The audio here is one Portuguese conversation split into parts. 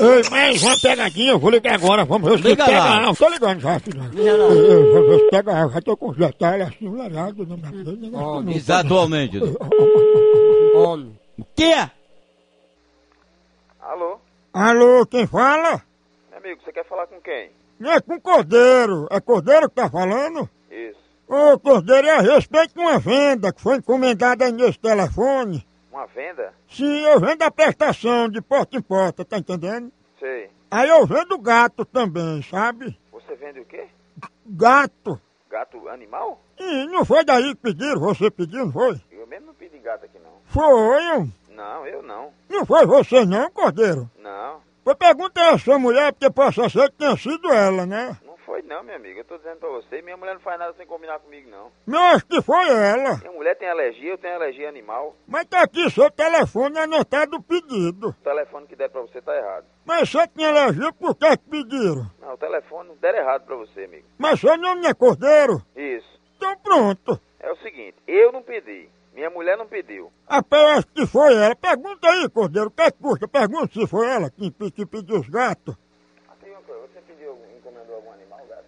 Ei, mais uma pegadinha, eu vou ligar agora, vamos ver se Liga pega. lá. Não, tô ligando já, filho. Liga lá. Eu, eu, eu, pega, eu já tô com os detalhes assim, largados na minha frente, negócio comigo. Exatamente. Homem. O quê? Alô? Alô, quem fala? Meu amigo, você quer falar com quem? Não é com Cordeiro, é Cordeiro que tá falando? Isso. Ô, Cordeiro, é a respeito de uma venda que foi encomendada aí nesse telefone. Uma venda? Sim, eu vendo a prestação de porta em porta, tá entendendo? Sei. Aí eu vendo gato também, sabe? Você vende o quê? Gato. Gato animal? E não foi daí que pediram, você pediu, não foi? Eu mesmo não pedi gato aqui não. Foi, hum. Não, eu não. não foi você não, Cordeiro. Não. Foi pergunta a sua mulher, porque possa ser que tenha sido ela, né? Não foi não, meu amigo. Eu tô dizendo pra você. Minha mulher não faz nada sem combinar comigo, não. Não acho que foi ela. Minha mulher tem alergia, eu tenho alergia animal. Mas tá aqui seu telefone anotado o pedido. O telefone que der pra você tá errado. Mas você tinha alergia, por que é que pediram? Não, o telefone deram errado pra você, amigo. Mas seu nome não é Cordeiro? Isso. Então pronto. É o seguinte, eu não pedi. Minha mulher não pediu. Apenas que foi ela. Pergunta aí, Cordeiro, o que é que custa? Pergunta se foi ela que, pe- que pediu os gatos. Ah, Você pediu, encomendou algum animal, gato?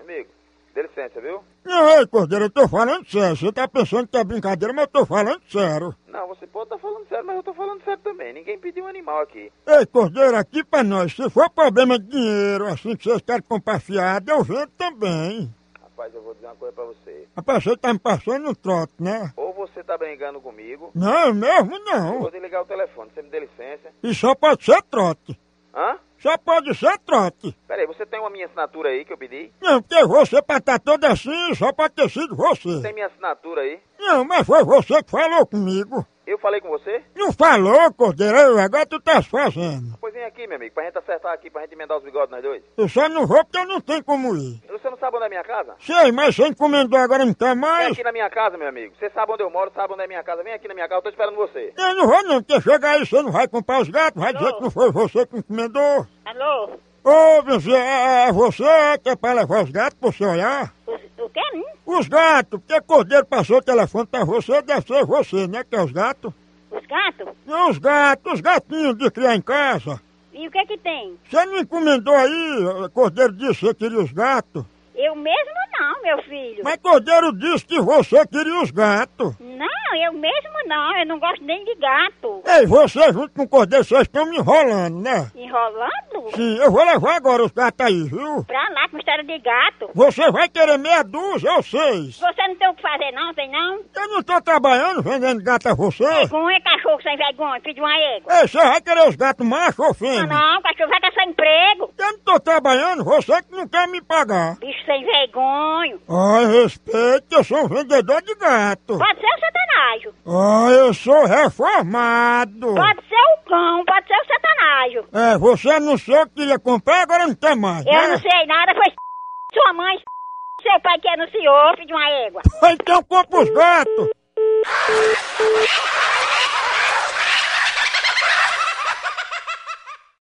Amigo, dê licença, viu? Não, ei, Cordeiro, eu tô falando sério. Você tá pensando que é brincadeira, mas eu tô falando sério. Não, você pode estar falando sério, mas eu tô falando sério também. Ninguém pediu um animal aqui. Ei, Cordeiro, aqui pra nós, se for problema de dinheiro, assim que vocês querem comprar fiado, eu vendo também. Rapaz, eu vou dizer uma coisa pra você. Rapaz, você tá me passando um trote, né? Ou você tá brincando comigo, Não, mesmo ou não. vou desligar o telefone. Você me dê licença. E só pode ser trote. Hã? Só pode ser trote. Peraí, você tem uma minha assinatura aí que eu pedi? Não, porque é você pra estar toda assim, só pode ter sido Tem você. minha assinatura aí? Não, mas foi você que falou comigo. Eu falei com você? Não falou, Cordeiro, agora tu tá se fazendo. Pois vem aqui, meu amigo, pra gente acertar aqui, pra gente emendar os bigodes nós dois. Eu só não vou porque eu não tenho como ir. Você não sabe onde é minha casa? Sei, mas você encomendou agora não quer Vem mais? aqui na minha casa, meu amigo. Você sabe onde eu moro, sabe onde é minha casa. Vem aqui na minha casa, eu tô esperando você. Eu não vou não, porque chegar aí você não vai comprar os gatos, vai dizer que não foi você que encomendou. Alô? Ô, Vinci, é, é você que é pra levar os gatos pra você olhar? O, o quê? hum? Os gatos, porque Cordeiro passou o telefone pra você, deve ser você, né, que é os gatos? Os gatos? Não, os gatos, os gatinhos de criar em casa. E o que é que tem? Você não encomendou aí, eh, Cordeiro disse que queria os gatos. Eu mesmo não, meu filho. Mas Cordeiro disse que você queria os gatos. Não, eu mesmo não. Eu não gosto nem de gato. Ei, você junto com o Cordeiro, vocês estão me enrolando, né? Enrolando? Sim, eu vou levar agora os gatos aí, viu? Pra lá com história de gato. Você vai querer meia dúzia ou seis? Você não tem o que fazer não, tem não? Eu não tô trabalhando vendendo gato a você. Vergonha, cachorro sem vergonha, filho de uma égua. Ei, você vai querer os gatos macho ou Não, fêmea? não, cachorro vai caçar emprego. Eu não tô trabalhando, você que não quer me pagar. Bicho sem vergonha. Ah, respeito, eu sou um vendedor de gato. Pode ser o satanágio. Ah, eu sou reformado. Pode ser o cão, pode ser o satanágio. É, você anunciou que queria comprar, agora não tem mais, né? Eu não sei nada, foi sua mãe, seu pai que anunciou, filho de uma égua. Então compra os gatos.